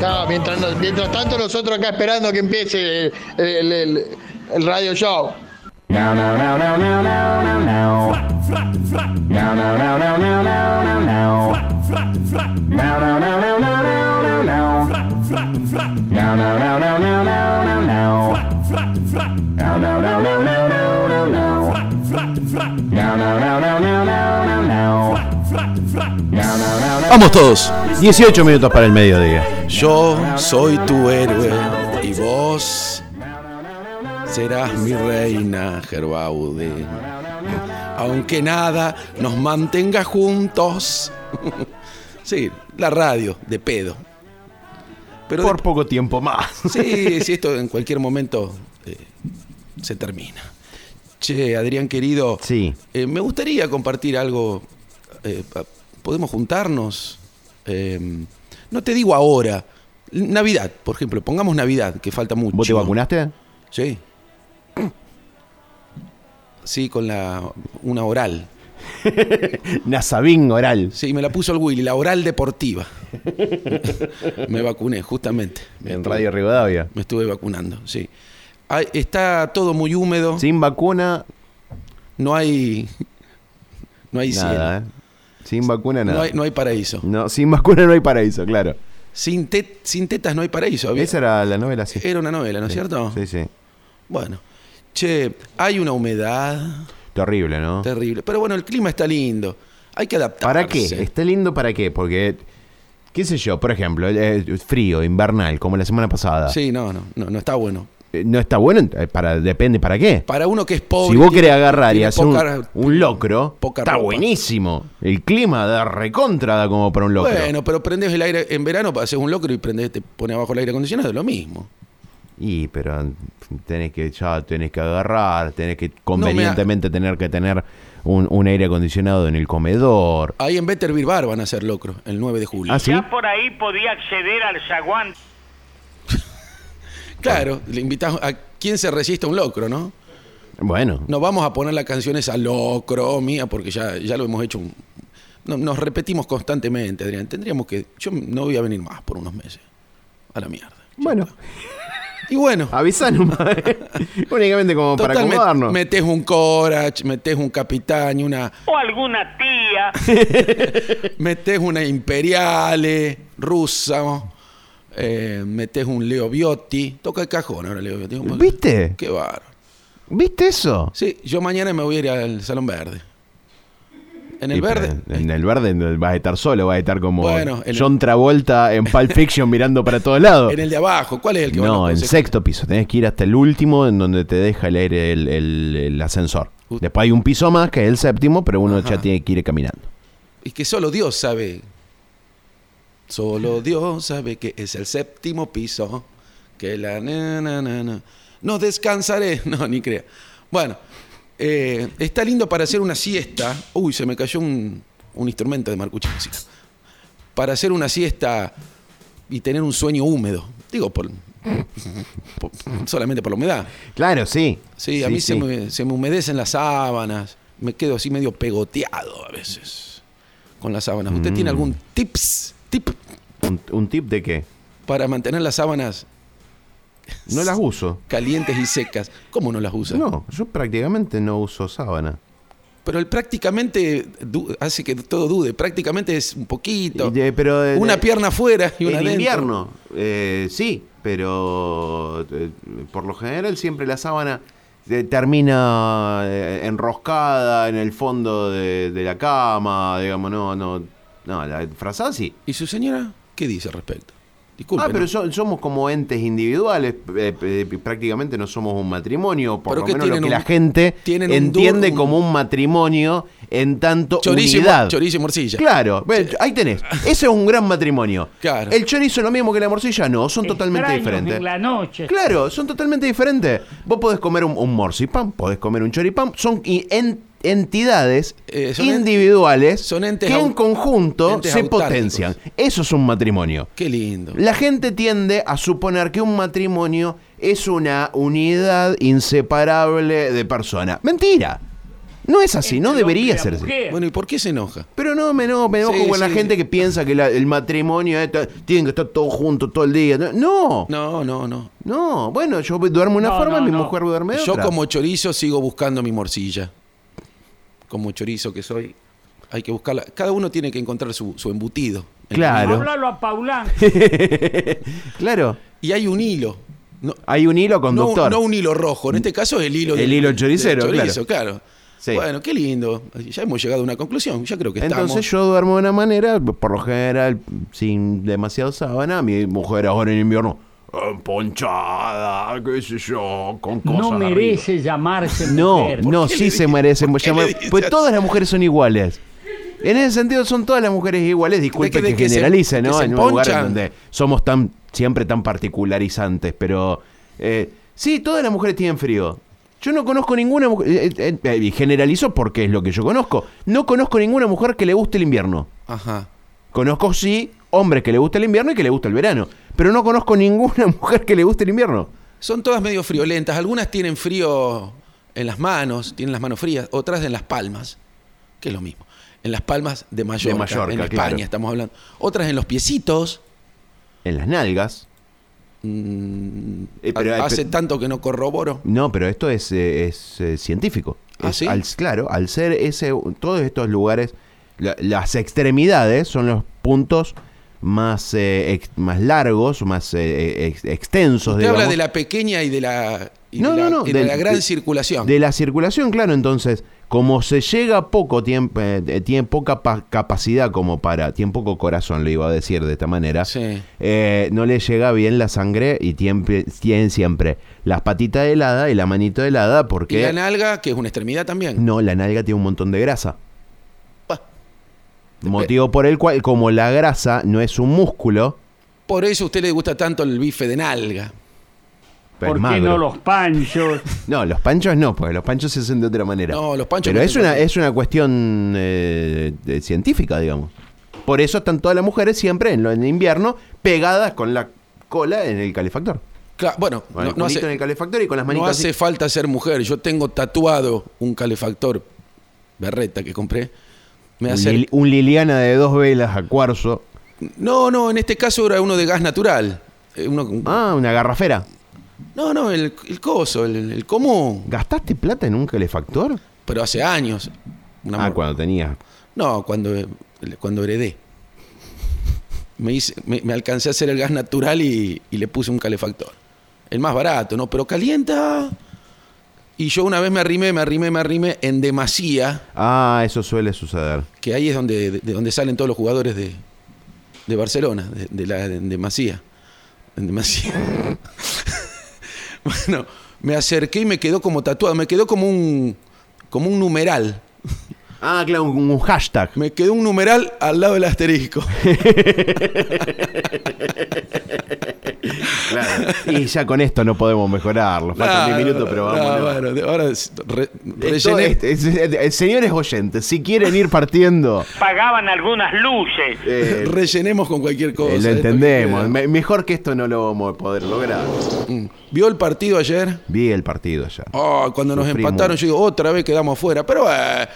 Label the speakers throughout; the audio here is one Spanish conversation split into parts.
Speaker 1: No, mientras, nos- mientras tanto nosotros acá esperando que empiece el, el- el- el radio show.
Speaker 2: No, no, no, no, no, no, no, no. No, no, no, no, no, no, no, no. No, no, no, no, no, no, no, no. No, no, no, no, no, no, no, no. No, no, no, no, no, no, no, no. No, no, no, no, no, no, no, no. No, no, no, no.
Speaker 3: Vamos todos. 18 minutos para el mediodía. Yo soy tu héroe y vos serás mi reina, Gerbaude. Aunque nada nos mantenga juntos. Sí, la radio de pedo. Pero de-
Speaker 4: Por poco tiempo más.
Speaker 3: sí, sí, esto en cualquier momento eh, se termina. Che, Adrián querido,
Speaker 4: Sí.
Speaker 3: eh, me gustaría compartir algo. eh, pa- ¿Podemos juntarnos? Eh, no te digo ahora. Navidad, por ejemplo. Pongamos Navidad, que falta mucho.
Speaker 4: ¿Vos te vacunaste?
Speaker 3: Sí. Sí, con la una oral.
Speaker 4: Nasabín oral.
Speaker 3: Sí, me la puso el Willy, la oral deportiva. me vacuné, justamente. Me
Speaker 4: En
Speaker 3: estuve-
Speaker 4: Radio Rivadavia.
Speaker 3: Me estuve vacunando, sí. Ah, está todo muy húmedo.
Speaker 4: Sin vacuna,
Speaker 3: No hay. No hay cielo.
Speaker 4: nada, ¿eh? Sin vacuna,
Speaker 3: No
Speaker 4: nada.
Speaker 3: hay, no hay paraíso.
Speaker 4: No, sin vacuna no hay paraíso, claro.
Speaker 3: Sin, te- sin tetas no hay paraíso. Había-
Speaker 4: Esa era la novela, sí.
Speaker 3: Era una novela, Eh, ¿no es cierto?
Speaker 4: Sí, sí.
Speaker 3: Bueno. Che, hay una humedad
Speaker 4: Terrible, ¿no?
Speaker 3: terrible. Pero bueno, el clima está lindo. Hay que adaptarse.
Speaker 4: ¿Para qué? Está lindo para qué, porque, qué sé yo, por ejemplo, eh, frío, invernal, como la semana pasada.
Speaker 3: Sí, no, no, no, no está bueno.
Speaker 4: Eh, No está bueno, eh, para, depende para qué.
Speaker 3: Para uno que es pobre.
Speaker 4: Si vos
Speaker 3: tiene-
Speaker 4: querés agarrar y
Speaker 3: tiene
Speaker 4: hacer un,
Speaker 3: poca-
Speaker 4: un locro,
Speaker 3: poca
Speaker 4: está
Speaker 3: ropa.
Speaker 4: buenísimo. El clima da recontra da como para un locro.
Speaker 3: Bueno, pero prendés el aire en verano, haces un locro y prendés, te pones abajo el aire acondicionado, es lo mismo.
Speaker 4: Y pero tenés que ya tenés que agarrar, tenés que convenientemente tener que tener un, un aire acondicionado en el comedor.
Speaker 3: Ahí en Better Beer Bar van a hacer locro, el 9 de julio.
Speaker 4: ¿Ah, sí?
Speaker 5: Ya por ahí podía acceder al zaguán.
Speaker 3: Claro, le invitás a quien se resiste a un locro, ¿no?
Speaker 4: Bueno.
Speaker 3: No vamos a poner las canciones a locro, oh, mía, porque ya, ya lo hemos hecho. un- no, nos repetimos constantemente, Adrián. Tendríamos que. Yo no voy a venir más por unos meses. A la mierda.
Speaker 4: Bueno,
Speaker 3: Y bueno,
Speaker 4: avisa nomás. eh. Únicamente Ah, como para
Speaker 3: total, me-
Speaker 4: acomodarnos.
Speaker 3: metés un Corach, metés un Capitán, una,
Speaker 5: O alguna tía.
Speaker 3: metés una Imperiale rusa, eh, metés un Leo Biotti. Toca el cajón ahora, Leo Biotti.
Speaker 4: ¿Viste?
Speaker 3: Qué barro.
Speaker 4: ¿Viste eso?
Speaker 3: Sí, yo mañana me voy a ir al Salón Verde. En el
Speaker 4: Y, pero
Speaker 3: Verde.
Speaker 4: En, en el verde vas a estar solo, vas a estar como
Speaker 3: Bueno, en el-
Speaker 4: John Travolta en Pulp Fiction mirando para todos lados.
Speaker 3: En el de abajo, ¿cuál es el que van a
Speaker 4: No, en
Speaker 3: conseguir?
Speaker 4: sexto piso. Tenés que ir hasta el último en donde te deja el aire el, el- el ascensor.
Speaker 3: Justo.
Speaker 4: Después hay un piso más que es el séptimo, pero uno ya tiene que ir caminando.
Speaker 3: Y que solo Dios sabe. Solo Dios sabe que es el séptimo piso. Que la na, na, na, na. No descansaré. No, ni crea. Bueno, eh, está lindo para hacer una siesta. Uy, se me cayó un, un instrumento de Marcucci Música. Para hacer una siesta y tener un sueño húmedo. Digo, por, por- solamente por la humedad.
Speaker 4: Claro, sí.
Speaker 3: Sí, a mí Se, me, se me humedecen las sábanas. Me quedo así medio pegoteado a veces con las sábanas. ¿Usted
Speaker 4: Mm.
Speaker 3: tiene algún tips, tip
Speaker 4: ¿Un, un tip de qué?
Speaker 3: para mantener las sábanas
Speaker 4: No las uso.
Speaker 3: calientes y secas? ¿Cómo no las usa?
Speaker 4: No, yo prácticamente no uso sábana.
Speaker 3: Pero el prácticamente du- hace que todo dude. Prácticamente es un poquito.
Speaker 4: Y de- pero eh, de-
Speaker 3: una
Speaker 4: de-
Speaker 3: pierna afuera y una
Speaker 4: en
Speaker 3: adentro.
Speaker 4: invierno, eh, sí, pero eh, por lo general siempre la sábana eh, termina eh, enroscada en el fondo de, de la cama, digamos, no, no, no, la frazada sí.
Speaker 3: ¿Y su señora qué dice al respecto? Disculpe.
Speaker 4: ah, pero
Speaker 3: ¿no?
Speaker 4: so- somos como entes individuales, eh, eh, prácticamente no somos un matrimonio, por
Speaker 3: Pero
Speaker 4: lo
Speaker 3: que
Speaker 4: menos lo que
Speaker 3: tienen
Speaker 4: la
Speaker 3: un-
Speaker 4: gente
Speaker 3: tienen un
Speaker 4: entiende
Speaker 3: dur- un-
Speaker 4: como un matrimonio en tanto
Speaker 3: Chorizo y mor-
Speaker 4: unidad.
Speaker 3: chorizo y morcilla.
Speaker 4: Claro, bueno, ahí tenés. Ese es un gran matrimonio.
Speaker 3: Claro.
Speaker 4: El chorizo es lo mismo que la morcilla, no, son totalmente
Speaker 5: Extraños
Speaker 4: diferentes.
Speaker 5: en la noche.
Speaker 4: Claro, son totalmente diferentes. Vos podés comer un, un morcipán, podés comer un choripán, son i- en- entidades
Speaker 3: Eh, son en-
Speaker 4: individuales
Speaker 3: son entes
Speaker 4: que en
Speaker 3: au-
Speaker 4: conjunto
Speaker 3: entes
Speaker 4: se
Speaker 3: autárquicos.
Speaker 4: potencian. Eso es un matrimonio.
Speaker 3: Qué lindo.
Speaker 4: La gente tiende a suponer que un matrimonio es una unidad inseparable de persona. Mentira. No es así, no
Speaker 6: Entre el hombre y
Speaker 4: debería
Speaker 6: la
Speaker 4: ser así.
Speaker 6: mujer.
Speaker 3: Bueno, ¿y por qué se enoja?
Speaker 4: Pero no, me, no, me enojo
Speaker 3: Sí,
Speaker 4: con la
Speaker 3: sí.
Speaker 4: gente que piensa que la- el matrimonio eh, ta- tienen que estar todos juntos todo el día. No, no,
Speaker 3: No, no, no.
Speaker 4: Bueno, yo duermo una
Speaker 6: No,
Speaker 4: forma,
Speaker 6: no,
Speaker 4: mi
Speaker 6: no.
Speaker 4: mujer duerme
Speaker 3: Yo
Speaker 4: otra.
Speaker 3: como chorizo sigo buscando mi morcilla. Como chorizo que soy, hay que buscarla. Cada uno tiene que encontrar su, su embutido.
Speaker 4: Claro,
Speaker 6: Hablalo a Paulán.
Speaker 4: claro.
Speaker 3: Y hay un hilo. No,
Speaker 4: Hay un hilo
Speaker 3: no,
Speaker 4: conductor.
Speaker 3: no un hilo rojo, en este caso el hilo
Speaker 4: El
Speaker 3: del-
Speaker 4: hilo
Speaker 3: del
Speaker 4: choricero,
Speaker 3: chorizo, claro.
Speaker 4: Sí.
Speaker 3: Bueno, qué lindo. Ya hemos llegado a una conclusión. Ya creo que
Speaker 4: Entonces
Speaker 3: estamos.
Speaker 4: yo duermo de una manera, por lo general, sin demasiado sábana. Mi mujer ahora en invierno, ponchada, qué sé yo, con cosas
Speaker 6: No
Speaker 4: arriba.
Speaker 6: merece llamarse
Speaker 4: No,
Speaker 6: mujer.
Speaker 4: no,
Speaker 3: qué
Speaker 4: sí
Speaker 3: le
Speaker 4: se
Speaker 3: dices?
Speaker 4: merecen.
Speaker 3: ¿Por qué
Speaker 4: llamar-
Speaker 3: le dices
Speaker 4: pues
Speaker 3: así?
Speaker 4: todas las mujeres son iguales. En ese sentido son todas las mujeres iguales, disculpe
Speaker 3: de
Speaker 4: que,
Speaker 3: que se-
Speaker 4: generalice,
Speaker 3: que
Speaker 4: ¿no?
Speaker 3: se
Speaker 4: en un lugar
Speaker 3: emponchan.
Speaker 4: donde somos tan siempre tan particularizantes, pero eh, sí, todas las mujeres tienen frío. Yo no conozco ninguna mujer, eh, eh, eh, y generalizo porque es lo que yo conozco. No conozco ninguna mujer que le guste el invierno.
Speaker 3: Ajá.
Speaker 4: Conozco sí hombres que le gusta el invierno y que le gusta el verano, pero no conozco ninguna mujer que le guste el invierno.
Speaker 3: Son todas medio friolentas. Algunas tienen frío en las manos, tienen las manos frías. Otras en las palmas, que es lo mismo. En las palmas de Mallorca,
Speaker 4: Mallorca,
Speaker 3: en España
Speaker 4: claro.
Speaker 3: estamos hablando. Otras en los piecitos.
Speaker 4: En las nalgas.
Speaker 3: Mm,
Speaker 4: Eh, pero-
Speaker 3: ha- hace
Speaker 4: pero-
Speaker 3: tanto que no corroboro.
Speaker 4: No, pero esto es, eh, es, eh, científico.
Speaker 3: ¿Ah,
Speaker 4: Es
Speaker 3: sí?
Speaker 4: al- claro, al ser ese, todos estos lugares, la- las extremidades son los puntos más, eh, ex- más largos, más eh, ex- extensos.
Speaker 3: Usted habla
Speaker 4: digamos,
Speaker 3: de la pequeña y de la, y
Speaker 4: No,
Speaker 3: de
Speaker 4: no,
Speaker 3: la,
Speaker 4: no,
Speaker 3: y de
Speaker 4: del-
Speaker 3: la gran
Speaker 4: de-
Speaker 3: circulación.
Speaker 4: de la circulación, claro. Entonces, como se llega a poco tiempo, eh, eh, tiene poca pa- capacidad como para, tiene poco corazón, le iba a decir de esta manera,
Speaker 3: Sí.
Speaker 4: eh, no le llega bien la sangre y tiene, tienen siempre las patitas de helada y la manito de helada porque...
Speaker 3: y la nalga, que es una extremidad también.
Speaker 4: No, la nalga tiene un montón de grasa.
Speaker 3: Pa.
Speaker 4: Motivo por el cual, como la grasa no es un músculo,
Speaker 3: Por eso a usted le gusta tanto el bife de nalga.
Speaker 4: pero
Speaker 6: ¿Por
Speaker 4: es
Speaker 6: qué
Speaker 4: magro.
Speaker 6: no los panchos?
Speaker 4: No, los panchos no, porque los panchos se hacen de otra manera.
Speaker 3: No, los panchos
Speaker 4: Pero
Speaker 3: no
Speaker 4: es
Speaker 3: te
Speaker 4: una,
Speaker 3: hacen.
Speaker 4: es una cuestión eh, de- científica, digamos. Por eso están todas las mujeres siempre en, lo, en invierno pegadas con la cola en el calefactor.
Speaker 3: Cla- bueno,
Speaker 4: Con el
Speaker 3: no, no
Speaker 4: culito
Speaker 3: hace,
Speaker 4: en el calefactor y con las
Speaker 3: no
Speaker 4: manitas así.
Speaker 3: hace falta ser mujer. Yo tengo tatuado un calefactor berreta que compré. Me
Speaker 4: Un,
Speaker 3: hace.
Speaker 4: Lil- un Liliana de dos velas a cuarzo.
Speaker 3: No, no, en este caso era uno de gas natural. Eh, uno con-
Speaker 4: Ah, una garrafera.
Speaker 3: No, no, el, el coso, el, el común.
Speaker 4: ¿Gastaste plata en un calefactor?
Speaker 3: Pero hace años. Una
Speaker 4: ah,
Speaker 3: mor-
Speaker 4: cuando tenías
Speaker 3: No, cuando, eh, cuando heredé. Me, hice- me, me alcancé a hacer el gas natural y, y le puse un calefactor. El más barato, ¿no? Pero calienta. Y yo una vez me arrimé, me arrimé, me arrimé en demasía,
Speaker 4: Ah, eso suele suceder.
Speaker 3: que ahí es donde, de donde salen todos los jugadores de, de Barcelona, de, de la en demasía. En demasía. bueno, me acerqué y me quedó como tatuado, me quedó como un, como un numeral.
Speaker 4: Ah, claro, un, un hashtag.
Speaker 3: Me quedó un numeral al lado del asterisco.
Speaker 4: Y ya con esto no podemos mejorarlo. Faltan
Speaker 3: No,
Speaker 4: 10 minutos, pero
Speaker 3: no,
Speaker 4: vamos.
Speaker 3: bueno, de- ahora es- re- rellené.
Speaker 4: este, señores oyentes, si quieren ir partiendo,
Speaker 5: Pagaban algunas luces.
Speaker 4: eh,
Speaker 3: rellenemos con cualquier cosa.
Speaker 4: eh, lo
Speaker 3: esto que
Speaker 4: entendemos.
Speaker 3: queda.
Speaker 4: Me- mejor que esto no lo vamos a poder lograr.
Speaker 3: Mm. ¿Vio el partido ayer?
Speaker 4: Vi el partido ya.
Speaker 3: Ah, cuando nos
Speaker 4: Sufrimos.
Speaker 3: empataron, yo digo, otra vez quedamos afuera. Pero eh,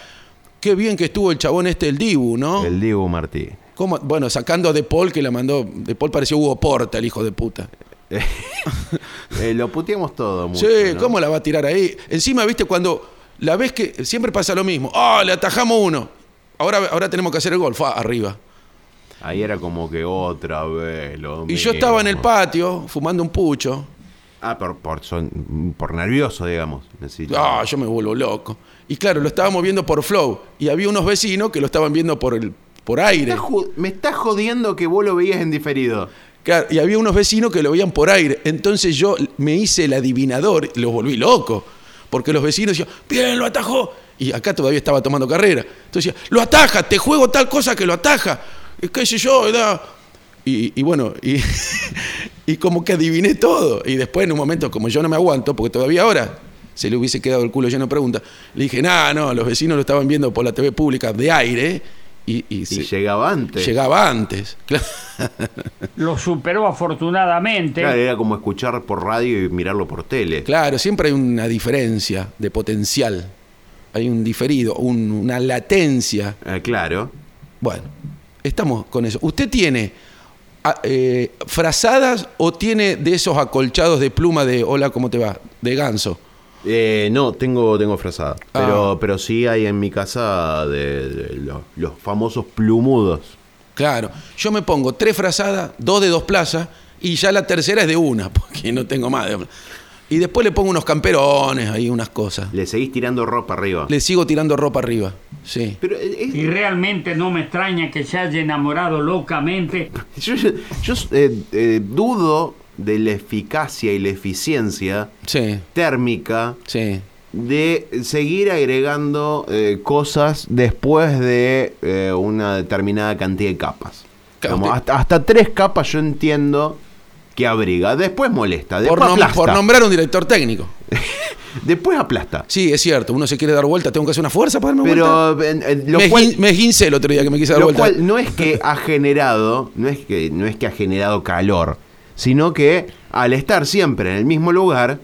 Speaker 3: qué bien que estuvo el chabón este, el Dibu, ¿no?
Speaker 4: El Diego Martí.
Speaker 3: ¿Cómo? Bueno, sacando a De Paul, que la mandó. De Paul pareció Hugo Porta, el hijo de puta.
Speaker 4: Eh, lo puteamos todo mucho.
Speaker 3: sí,
Speaker 4: ¿no?
Speaker 3: ¿cómo la va a tirar ahí? Encima, viste, cuando la vez que siempre pasa lo mismo. ¡Ah, le atajamos uno! Ahora, ahora tenemos que hacer el gol. Fa, arriba.
Speaker 4: Ahí era como que otra vez lo
Speaker 3: Y yo estaba en el
Speaker 4: mismo.
Speaker 3: patio fumando un pucho.
Speaker 4: Ah, por, por, son- por nervioso, digamos. Necesito-
Speaker 3: Ah, yo me vuelvo loco. Y claro, lo estábamos viendo por Flow. Y había unos vecinos que lo estaban viendo por el por
Speaker 4: Me
Speaker 3: aire.
Speaker 4: estás ju- me estás jodiendo que vos lo veías en diferido.
Speaker 3: Claro, y había unos vecinos que lo veían por aire. Entonces yo me hice el adivinador, los volví loco. Porque los vecinos decían, bien, lo atajó. Y acá todavía estaba tomando carrera. Entonces decía, lo ataja, te juego tal cosa que lo ataja. Y qué sé yo, ¿verdad? Y, y bueno, y, y como que adiviné todo. Y después en un momento, como yo no me aguanto, porque todavía ahora se le hubiese quedado el culo lleno de preguntas, le dije, nah, no, los vecinos lo estaban viendo por la TV pública de aire y, y
Speaker 4: Y
Speaker 3: se-
Speaker 4: llegaba antes.
Speaker 3: llegaba antes. Claro.
Speaker 6: Lo superó afortunadamente.
Speaker 4: Claro, era como escuchar por radio y mirarlo por tele.
Speaker 3: Claro, siempre hay una diferencia de potencial. hay un diferido, un- una latencia.
Speaker 4: Ah, claro.
Speaker 3: Bueno, estamos con eso. ¿Usted tiene ah, eh, frazadas o tiene de esos acolchados de pluma de hola, ¿cómo te va? De ganso.
Speaker 4: Eh, no, tengo, tengo frazada.
Speaker 3: Ah.
Speaker 4: Pero, pero sí hay en mi casa de, de los, los famosos plumudos.
Speaker 3: Claro, yo me pongo tres frazadas, dos de dos plazas y ya la tercera es de una, porque no tengo más. de- Y después le pongo unos camperones ahí, unas cosas.
Speaker 4: Le seguís tirando ropa arriba.
Speaker 3: Le sigo tirando ropa arriba. Sí.
Speaker 4: Pero eh, es-
Speaker 6: Y realmente no me extraña que se haya enamorado locamente.
Speaker 4: yo, yo- yo, eh, eh, dudo de la eficacia y la eficiencia
Speaker 3: Sí.
Speaker 4: térmica
Speaker 3: Sí.
Speaker 4: de seguir agregando eh, cosas después de eh, una determinada cantidad de capas.
Speaker 3: Claro,
Speaker 4: Como
Speaker 3: usted-
Speaker 4: hasta, hasta tres capas yo entiendo que abriga. Después molesta,
Speaker 3: Por,
Speaker 4: después
Speaker 3: nom-
Speaker 4: aplasta.
Speaker 3: por nombrar un director técnico.
Speaker 4: Después aplasta.
Speaker 3: Sí, es cierto. Uno se quiere dar vuelta, tengo que hacer una fuerza para darme vuelta.
Speaker 4: Pero eh, eh, lo
Speaker 3: me,
Speaker 4: cual,
Speaker 3: gin- me gincé el otro día que me quise dar
Speaker 4: lo
Speaker 3: vuelta.
Speaker 4: cual no es que ha generado, no es que, no es que ha generado calor, sino que al estar siempre en el mismo lugar,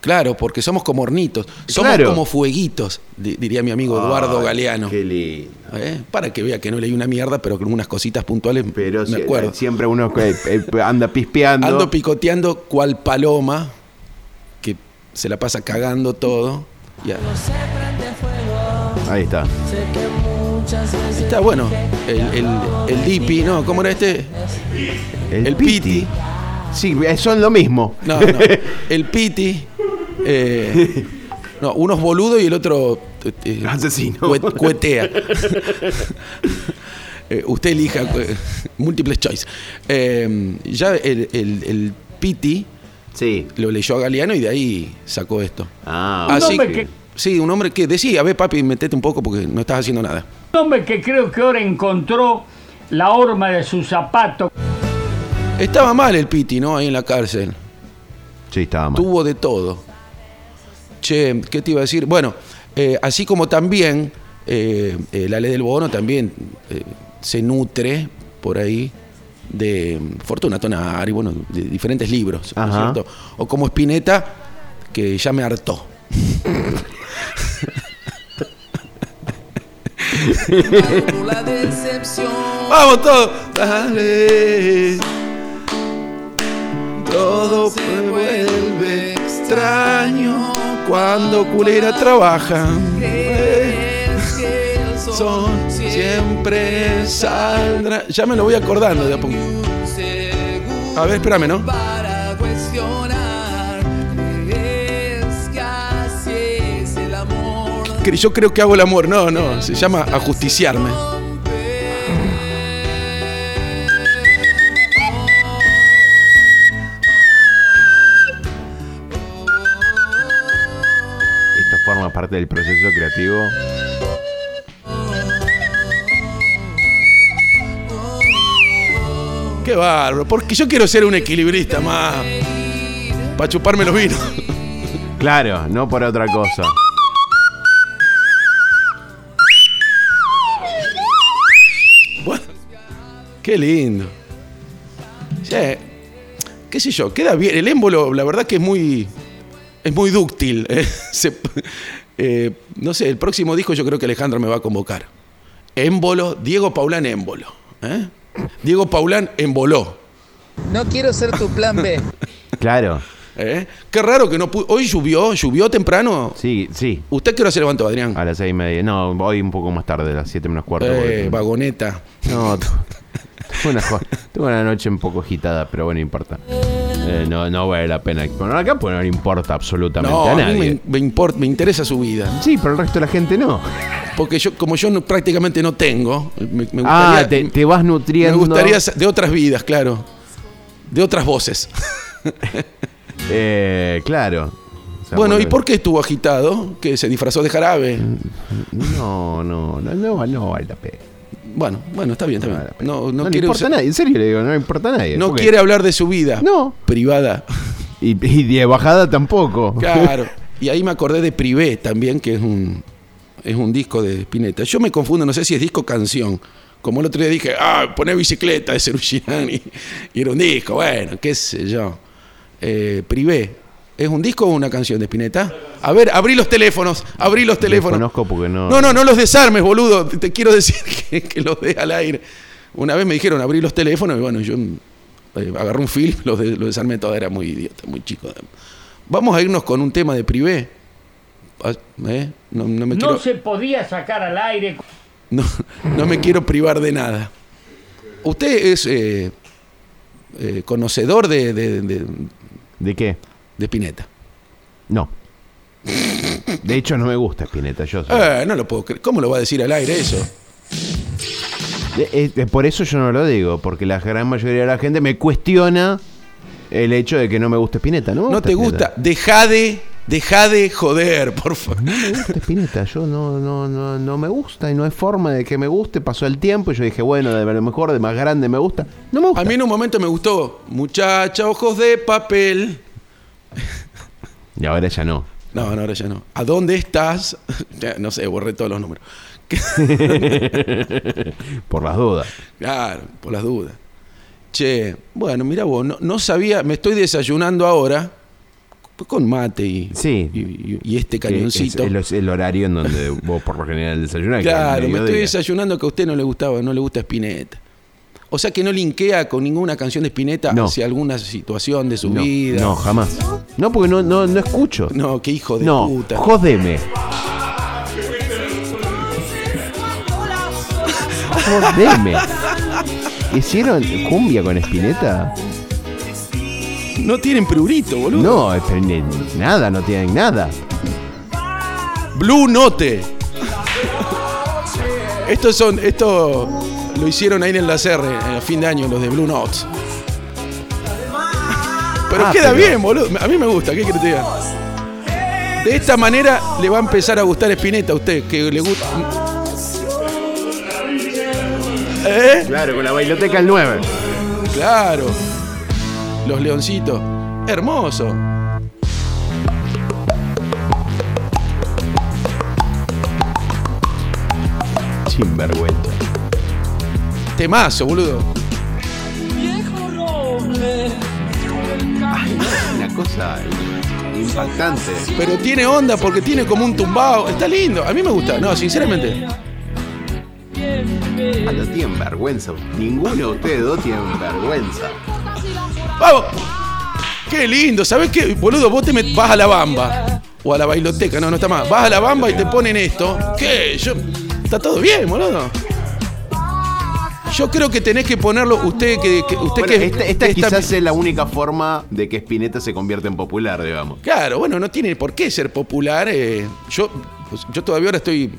Speaker 3: Claro, porque somos como hornitos. Somos
Speaker 4: Claro.
Speaker 3: como fueguitos, di- diría mi amigo Eduardo
Speaker 4: Ay,
Speaker 3: Galeano.
Speaker 4: Qué lindo.
Speaker 3: ¿Eh? Para que vea que no leí una mierda, pero con unas cositas puntuales
Speaker 4: Pero
Speaker 3: me
Speaker 4: si-
Speaker 3: acuerdo.
Speaker 4: siempre uno eh, eh, anda pispeando.
Speaker 3: Ando picoteando cual paloma, que se la pasa cagando todo. Ya.
Speaker 4: Ahí está.
Speaker 3: Está bueno. El, el, el Dipi, ¿no? ¿Cómo era este? El Piti.
Speaker 4: Sí, eh, son lo mismo.
Speaker 3: No, no. El Piti. eh, no, uno es boludo y el otro. eh, eh,
Speaker 4: Asesino.
Speaker 3: cue- cuetea. Eh, usted elija eh, múltiples choice. Eh, ya el, el- el Piti
Speaker 4: Sí.
Speaker 3: lo leyó a Galeano y de ahí sacó esto.
Speaker 4: Ah,
Speaker 6: Un
Speaker 3: Así
Speaker 6: hombre
Speaker 4: sí.
Speaker 6: que-
Speaker 3: Sí, un hombre que decía, a ver papi, metete un poco porque no estás haciendo nada.
Speaker 6: Un hombre que creo que ahora encontró la horma de su zapato.
Speaker 3: Estaba mal el Piti, ¿no? Ahí en la cárcel.
Speaker 4: Sí, estaba mal.
Speaker 3: Tuvo de todo. Che, ¿qué te iba a decir? Bueno, eh, así como también eh, eh, la ley del bono también eh, se nutre por ahí de mm, Fortuna Tonari, bueno, de diferentes libros, ¿no es
Speaker 4: Ajá.
Speaker 3: cierto? O como Spinetta, que ya me hartó.
Speaker 7: La decepción.
Speaker 3: ¡Vamos todos! Dale. Todo se vuelve extraño cuando culera trabaja.
Speaker 7: Es que el sol
Speaker 3: Son siempre saldrá. Ya me lo voy acordando de a poco.
Speaker 7: seguro
Speaker 3: A ver, espérame, ¿no?
Speaker 7: para cuestionar. Es que así es el amor.
Speaker 3: Que Yo creo que hago el amor. No, no. Se llama ajusticiarme.
Speaker 4: Esto forma parte del proceso creativo.
Speaker 3: Qué bárbaro. Porque yo quiero ser un equilibrista más. Para chuparme los vinos.
Speaker 4: Claro, no por otra cosa.
Speaker 3: Bueno, qué lindo. Che, qué sé yo, queda bien. El émbolo, la verdad que es muy. Es muy dúctil. eh. Se- eh, no sé, el próximo disco yo creo que Alejandro me va a convocar. Émbolo, Diego Paulán émbolo. ¿eh? Diego Paulán emboló.
Speaker 7: No quiero ser tu plan B.
Speaker 4: Claro.
Speaker 3: ¿eh? Qué raro que no pudo. Hoy llovió, llovió temprano.
Speaker 4: Sí, sí.
Speaker 3: ¿Usted qué hora se levantó, Adrián?
Speaker 4: A las seis y media. No, hoy un poco más tarde, a las siete menos cuarto.
Speaker 3: Eh,
Speaker 4: porque-
Speaker 3: vagoneta.
Speaker 4: No, tu- tuve una, jo- tuve una noche un poco agitada, pero bueno, no importa. Eh, no, no vale la pena poner acá porque no le importa absolutamente
Speaker 3: No,
Speaker 4: a
Speaker 3: a mí
Speaker 4: nadie.
Speaker 3: me, me import- me interesa su vida.
Speaker 4: Sí, pero el resto de la gente no.
Speaker 3: Porque yo, como yo no- prácticamente no tengo, me, me gustaría,
Speaker 4: Ah, te, te vas
Speaker 3: me
Speaker 4: nutriendo.
Speaker 3: gustaría sa- de otras vidas, claro. De otras voces.
Speaker 4: Eh, claro. O sea,
Speaker 3: bueno, ¿y
Speaker 4: vuelve-
Speaker 3: por qué estuvo agitado? Que se disfrazó de jarabe.
Speaker 4: Mm. No, no, no, no, no vale la pena.
Speaker 3: Bueno, bueno, está bien, está bien.
Speaker 4: vale la pena.
Speaker 3: No, no
Speaker 4: le
Speaker 3: quiere,
Speaker 4: importa a
Speaker 3: usar-
Speaker 4: nadie, en serio le digo, no le importa a nadie.
Speaker 3: no
Speaker 4: porque-
Speaker 3: quiere hablar de su vida
Speaker 4: No.
Speaker 3: privada.
Speaker 4: Y, y de bajada tampoco.
Speaker 3: Claro. Y ahí me acordé de Privé también, que es un, es un disco de Spinetta. Yo me confundo, no sé si es disco o canción. Como el otro día dije, ah, poné bicicleta de Cerugirán y, y era un disco, bueno, qué sé yo. Eh, Privé, ¿Es un disco o una canción de Spinetta? A ver, abrí los teléfonos, abrí los teléfonos.
Speaker 4: Desconozco porque no-
Speaker 3: No, no, no los desarmes, boludo. Te te quiero decir que, que los dé al aire. Una vez me dijeron abrí los teléfonos y bueno, yo mm, eh, agarré un film, los, de- los desarmé todo, era muy idiota, muy chico. Vamos a irnos con un tema de privé. Ah, ¿eh? No, no me
Speaker 6: No
Speaker 3: quiero...
Speaker 6: se podía sacar al aire.
Speaker 3: No, no me quiero privar de nada. ¿Usted es eh, eh, conocedor de, de, de,
Speaker 4: ¿De qué?
Speaker 3: de Spinetta?
Speaker 4: No. De hecho, no me gusta Spinetta. Yo soy-
Speaker 3: Eh, no lo puedo creer. ¿Cómo lo va a decir al aire eso?
Speaker 4: Eh, eh, eh, por eso yo no lo digo, porque la gran mayoría de la gente me cuestiona el hecho de que no me guste Spinetta. No, me
Speaker 3: No te gusta.
Speaker 4: Spinetta.
Speaker 3: Deja de, deja de joder, por favor.
Speaker 4: No me gusta Spinetta, yo no, no, no, no me gusta y no hay forma de que me guste. Pasó el tiempo y yo dije, bueno, de lo mejor, de más grande me gusta. No me gusta.
Speaker 3: A mí en un momento me gustó. Muchacha, ojos de papel.
Speaker 4: Y ahora ya no.
Speaker 3: No, no, ahora ya no. ¿A dónde estás? Ya, No sé, borré todos los números.
Speaker 4: Por las dudas.
Speaker 3: Claro, por las dudas. Che, bueno, mira vos, no, no sabía, me estoy desayunando ahora con mate y,
Speaker 4: Sí.
Speaker 3: y, y- y este cañoncito.
Speaker 4: Es, es el, el horario en donde vos por lo general desayunás. que es
Speaker 3: claro, me estoy
Speaker 4: mediodía.
Speaker 3: desayunando que a usted no le gustaba, no le gusta Spinetta. O sea que no linkea con ninguna canción de Spinetta
Speaker 4: No.
Speaker 3: hacia alguna situación de su
Speaker 4: no,
Speaker 3: vida.
Speaker 4: no, jamás. No, porque no, no, no escucho.
Speaker 3: No, qué hijo de
Speaker 4: No,
Speaker 3: puta.
Speaker 4: jodeme. Jodeme. ¿Hicieron cumbia con Espineta?
Speaker 3: No tienen prurito, boludo.
Speaker 4: No, pero ni- nada, no tienen nada.
Speaker 3: Blue Note. Estos son, esto lo hicieron ahí en la CR, a fin de año, los de Blue Notes. Pero
Speaker 4: Ah,
Speaker 3: queda
Speaker 4: pero-
Speaker 3: bien, boludo. A mí me gusta, ¿qué querés que te diga? De esta manera le va a empezar a gustar Spinetta a usted, que le gusta. ¿Eh?
Speaker 4: Claro, con la bailoteca el 9.
Speaker 3: Claro. Los leoncitos. Hermoso.
Speaker 4: Sinvergüenza.
Speaker 3: Temazo, boludo.
Speaker 4: Una cosa impactante.
Speaker 3: Pero tiene onda porque tiene como un tumbao. Está lindo. A mí me gusta. No, sinceramente.
Speaker 4: No tienen vergüenza. Ninguno de ustedes dos tienen vergüenza.
Speaker 3: ¡Vamos! ¡Qué lindo! ¿Sabes qué? Boludo, vos te met- vas a la bamba. O a la bailoteca, no, no está más. Vas a la bamba y te ponen esto. ¿Qué? Yo... Está todo bien, boludo. Yo creo que tenés que ponerlo. Usted que. que- usted
Speaker 4: Bueno,
Speaker 3: que
Speaker 4: esta, esta
Speaker 3: que está-
Speaker 4: quizás es la única forma de que Spinetta se convierta en popular, digamos.
Speaker 3: Claro, bueno, no tiene por qué ser popular. eh, yo, pues, yo todavía ahora estoy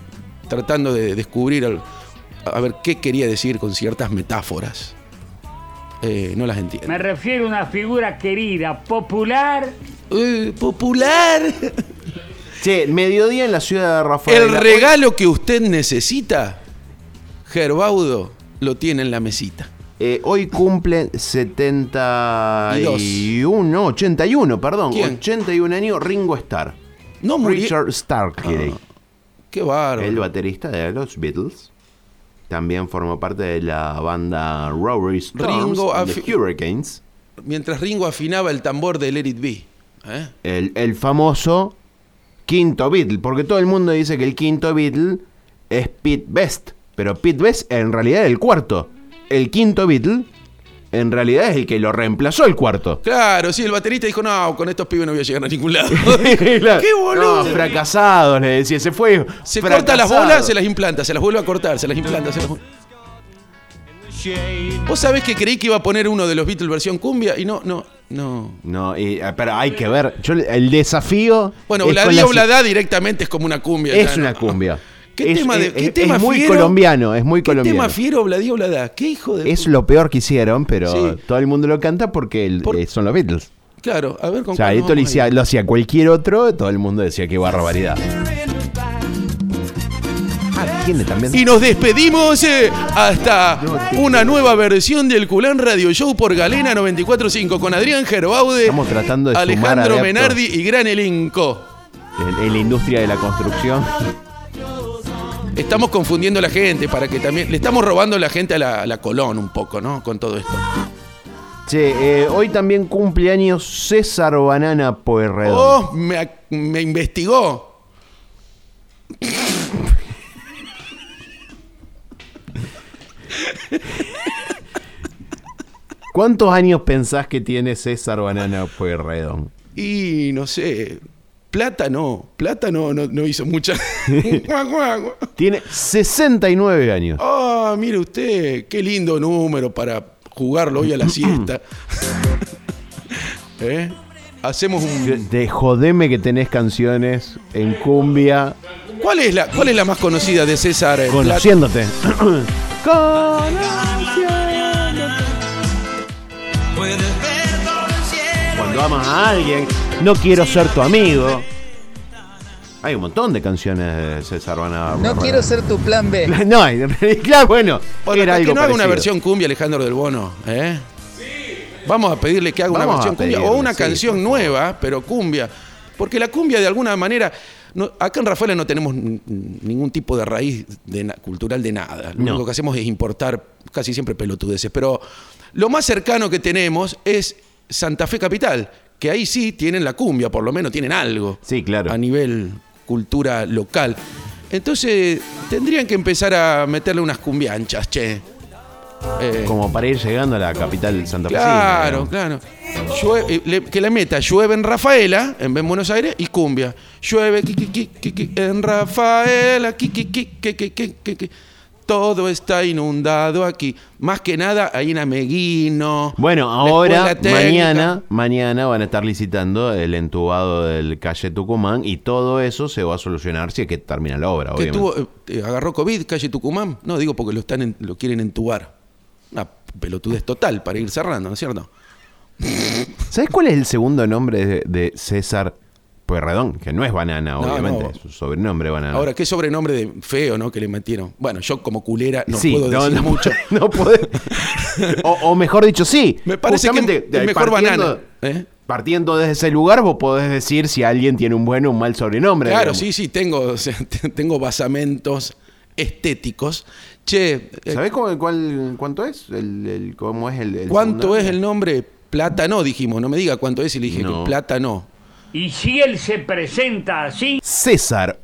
Speaker 3: tratando de descubrir al- a ver qué quería decir con ciertas metáforas. Eh, no las entiendo.
Speaker 6: Me refiero a una figura querida, popular.
Speaker 3: Eh, popular.
Speaker 4: Che, mediodía en la ciudad de Rafael.
Speaker 3: El regalo que usted necesita, Gerbaudo, lo tiene en la mesita.
Speaker 4: Eh, hoy cumplen 71, no, 81, perdón,
Speaker 3: ¿Quién?
Speaker 4: 81 años Ringo Starr.
Speaker 3: No murió. Ah,
Speaker 4: Richard Stark,
Speaker 3: Qué bárbaro.
Speaker 4: el baterista de los Beatles. También formó parte de la banda Rory Storms,
Speaker 3: Ringo
Speaker 4: The
Speaker 3: afi-
Speaker 4: Hurricanes.
Speaker 3: Mientras Ringo afinaba el tambor de Let It Be. ¿eh?
Speaker 4: El, el famoso quinto Beatle, porque todo el mundo dice que el quinto Beatle es Pete Best, pero Pete Best en realidad es el cuarto. El quinto Beatle en realidad es el que lo reemplazó el cuarto.
Speaker 3: Claro, sí, el baterista dijo, no, con estos pibes no voy a llegar a ningún lado.
Speaker 4: Claro.
Speaker 3: ¡Qué boludo!
Speaker 4: No, fracasados, le decía, se fue.
Speaker 3: Se
Speaker 4: fracasado.
Speaker 3: corta las bolas, se las implanta, se las vuelve a cortar, se las implanta, se las vuelve- Vos sabés que creí que iba a poner uno de los Beatles versión cumbia y no, no, no.
Speaker 4: No, y- eh, pero hay que ver. Yo, el desafío.
Speaker 3: Bueno,
Speaker 4: es con
Speaker 3: Bladí
Speaker 4: la-
Speaker 3: Obladá directamente es como una cumbia.
Speaker 4: Es
Speaker 3: ya, ¿no?
Speaker 4: una cumbia.
Speaker 3: ¿Qué
Speaker 4: es,
Speaker 3: tema de-
Speaker 4: es-
Speaker 3: qué
Speaker 4: es
Speaker 3: tema
Speaker 4: muy
Speaker 3: fiero?
Speaker 4: colombiano, es muy
Speaker 3: ¿Qué
Speaker 4: colombiano.
Speaker 3: tema fiero Bladí Obladá? ¿Qué hijo de.?
Speaker 4: es lo peor que hicieron, pero
Speaker 3: Sí.
Speaker 4: todo el mundo lo canta porque el-
Speaker 3: Por-
Speaker 4: eh, son los Beatles.
Speaker 3: Claro, a ver con
Speaker 4: O sea,
Speaker 3: cuál nos
Speaker 4: esto lo
Speaker 3: vamos a ir.
Speaker 4: hacía, lo hacía cualquier otro, todo el mundo decía qué barbaridad. Ah, tiene también.
Speaker 3: Y nos despedimos eh, hasta una nueva versión del Culán Radio Show por Galena 945 con Adrián Gerbaude,
Speaker 4: Estamos tratando de sumar
Speaker 3: Alejandro
Speaker 4: adeptos.
Speaker 3: Menardi y gran elenco.
Speaker 4: En- en la industria de la construcción.
Speaker 3: Estamos confundiendo a la gente para que también. Le estamos robando la gente a la, a la Colón un poco, ¿no? Con todo esto.
Speaker 4: Che, eh, hoy también cumple años César Banana Pueyrredón.
Speaker 3: Oh, me, ac- me investigó.
Speaker 4: ¿Cuántos años pensás que tiene César Banana Pueyrredón?
Speaker 3: Y no sé. Plata no. Plata no, no, no hizo mucha. Guau, guau, guau.
Speaker 4: Tiene 69 años.
Speaker 3: Ah, mire usted, qué lindo número para jugarlo hoy a la siesta. ¿Eh? Hacemos un.
Speaker 4: De jodeme que tenés canciones en cumbia.
Speaker 3: ¿Cuál es la, cuál es la más conocida de César? eh, Plata?
Speaker 4: Conociéndote. Cuando amas a alguien, no quiero ser tu amigo. Hay un montón de canciones de César Banana.
Speaker 7: No
Speaker 4: Pueyrredón.
Speaker 7: quiero ser tu plan B.
Speaker 4: No, hay- claro, bueno.
Speaker 3: Bueno,
Speaker 4: era
Speaker 3: que
Speaker 4: algo
Speaker 3: no haga una
Speaker 4: parecido.
Speaker 3: versión cumbia, Alejandro del Bono. ¿eh? Vamos a pedirle que haga una
Speaker 4: Vamos a
Speaker 3: versión cumbia o
Speaker 4: pedirle,
Speaker 3: una
Speaker 4: sí,
Speaker 3: canción
Speaker 4: por favor.
Speaker 3: nueva, pero cumbia. Porque la cumbia, de alguna manera. no- acá en Rafaela no tenemos n- ningún tipo de raíz de na- cultural de nada. Lo
Speaker 4: No.
Speaker 3: único que hacemos es importar casi siempre pelotudeces. Pero lo más cercano que tenemos es Santa Fe Capital, que ahí sí tienen la cumbia, por lo menos tienen algo
Speaker 4: Sí, claro.
Speaker 3: a nivel cultura local. Entonces tendrían que empezar a meterle unas cumbianchas, che. Eh,
Speaker 4: Como para ir llegando a la capital santafesina.
Speaker 3: claro, claro. Llue- eh, le- que le meta llueve en Rafaela, en en Buenos Aires, y cumbia. Llueve qui, qui, qui, qui, qui, en Rafaela, qui, qui, qui, qui, qui, qui, qui, qui. todo está inundado aquí. Más que nada ahí en Ameguino.
Speaker 4: Bueno,
Speaker 3: la
Speaker 4: ahora,
Speaker 3: Escuela Técnica.
Speaker 4: mañana, mañana van a estar licitando el entubado del calle Tucumán y todo eso se va a solucionar si es que termina la obra,
Speaker 3: Que
Speaker 4: obviamente.
Speaker 3: tuvo, eh, eh, agarró COVID, calle Tucumán. No, digo porque lo, están en- lo quieren entubar. Una pelotudez total para ir cerrando, ¿no es cierto?
Speaker 4: ¿Sabes cuál es el segundo nombre de, de César Pueyrredón? Que no es Banana,
Speaker 3: No,
Speaker 4: obviamente,
Speaker 3: no.
Speaker 4: es su sobrenombre Banana.
Speaker 3: Ahora, qué sobrenombre de feo, ¿no? Que le metieron. Bueno, yo como culera no
Speaker 4: Sí,
Speaker 3: puedo decir mucho.
Speaker 4: No podés. O, o mejor dicho, sí.
Speaker 3: Me parece que
Speaker 4: Justamente,
Speaker 3: es mejor
Speaker 4: partiendo-
Speaker 3: banana, ¿eh?
Speaker 4: Partiendo desde ese lugar, vos podés decir si alguien tiene un buen o un mal sobrenombre.
Speaker 3: Claro,
Speaker 4: digamos.
Speaker 3: sí, sí, tengo, o sea, te- tengo basamentos estéticos. Che, eh,
Speaker 4: ¿Sabés cómo- cuál- cuánto es? El, el- ¿Cómo es el, el
Speaker 3: ¿cuánto
Speaker 4: segundo?
Speaker 3: es el nombre? Plátano, dijimos. No me diga cuánto es y le dije
Speaker 4: No.
Speaker 3: que plátano.
Speaker 6: Y si él se presenta así,
Speaker 4: César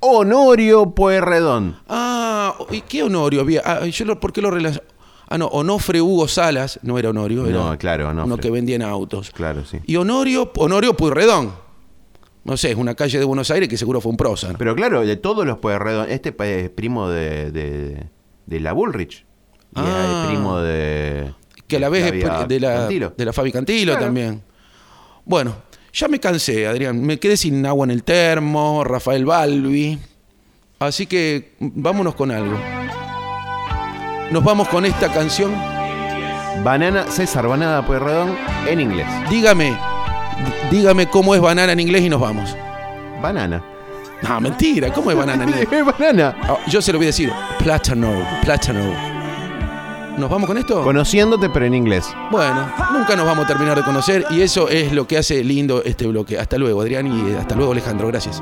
Speaker 4: Honorio Pueyrredón.
Speaker 3: Ah, ¿y qué Honorio había? Ah, yo lo, ¿Por qué lo relaciono? Ah, no, Onofre Hugo Salas, no era Honorio, era
Speaker 4: No, claro, Onofre.
Speaker 3: uno que vendía en autos.
Speaker 4: Claro, sí.
Speaker 3: Y Honorio, Honorio Puyredón. No sé, es una calle de Buenos Aires que seguro fue un prócer.
Speaker 4: Pero claro, de todos los Pueyrredón, este pa- es primo de, de, de la Bullrich. Y
Speaker 3: Ah.
Speaker 4: es eh, primo de.
Speaker 3: Que a la vez es
Speaker 4: Flavia
Speaker 3: pri- de la,
Speaker 4: Cantilo.
Speaker 3: de la Fabi Cantilo
Speaker 4: Claro.
Speaker 3: también. Bueno, ya me cansé, Adrián. Me quedé sin agua en el termo, Rafael Balbi. Así que mm, vámonos con algo. Nos vamos con esta canción.
Speaker 4: Banana, César Banana Pueyrredón en inglés.
Speaker 3: Dígame, dígame cómo es banana en inglés y nos vamos.
Speaker 4: Banana.
Speaker 3: No, mentira, ¿cómo es banana en inglés?
Speaker 4: banana.
Speaker 3: Ah, Yo se lo voy a decir, plátano, plátano. ¿Nos vamos con esto?
Speaker 4: Conociéndote, pero en inglés.
Speaker 3: Bueno, nunca nos vamos a terminar de conocer y eso es lo que hace lindo este bloque. Hasta eh, luego, Adrián, y hasta luego, Alejandro. Gracias.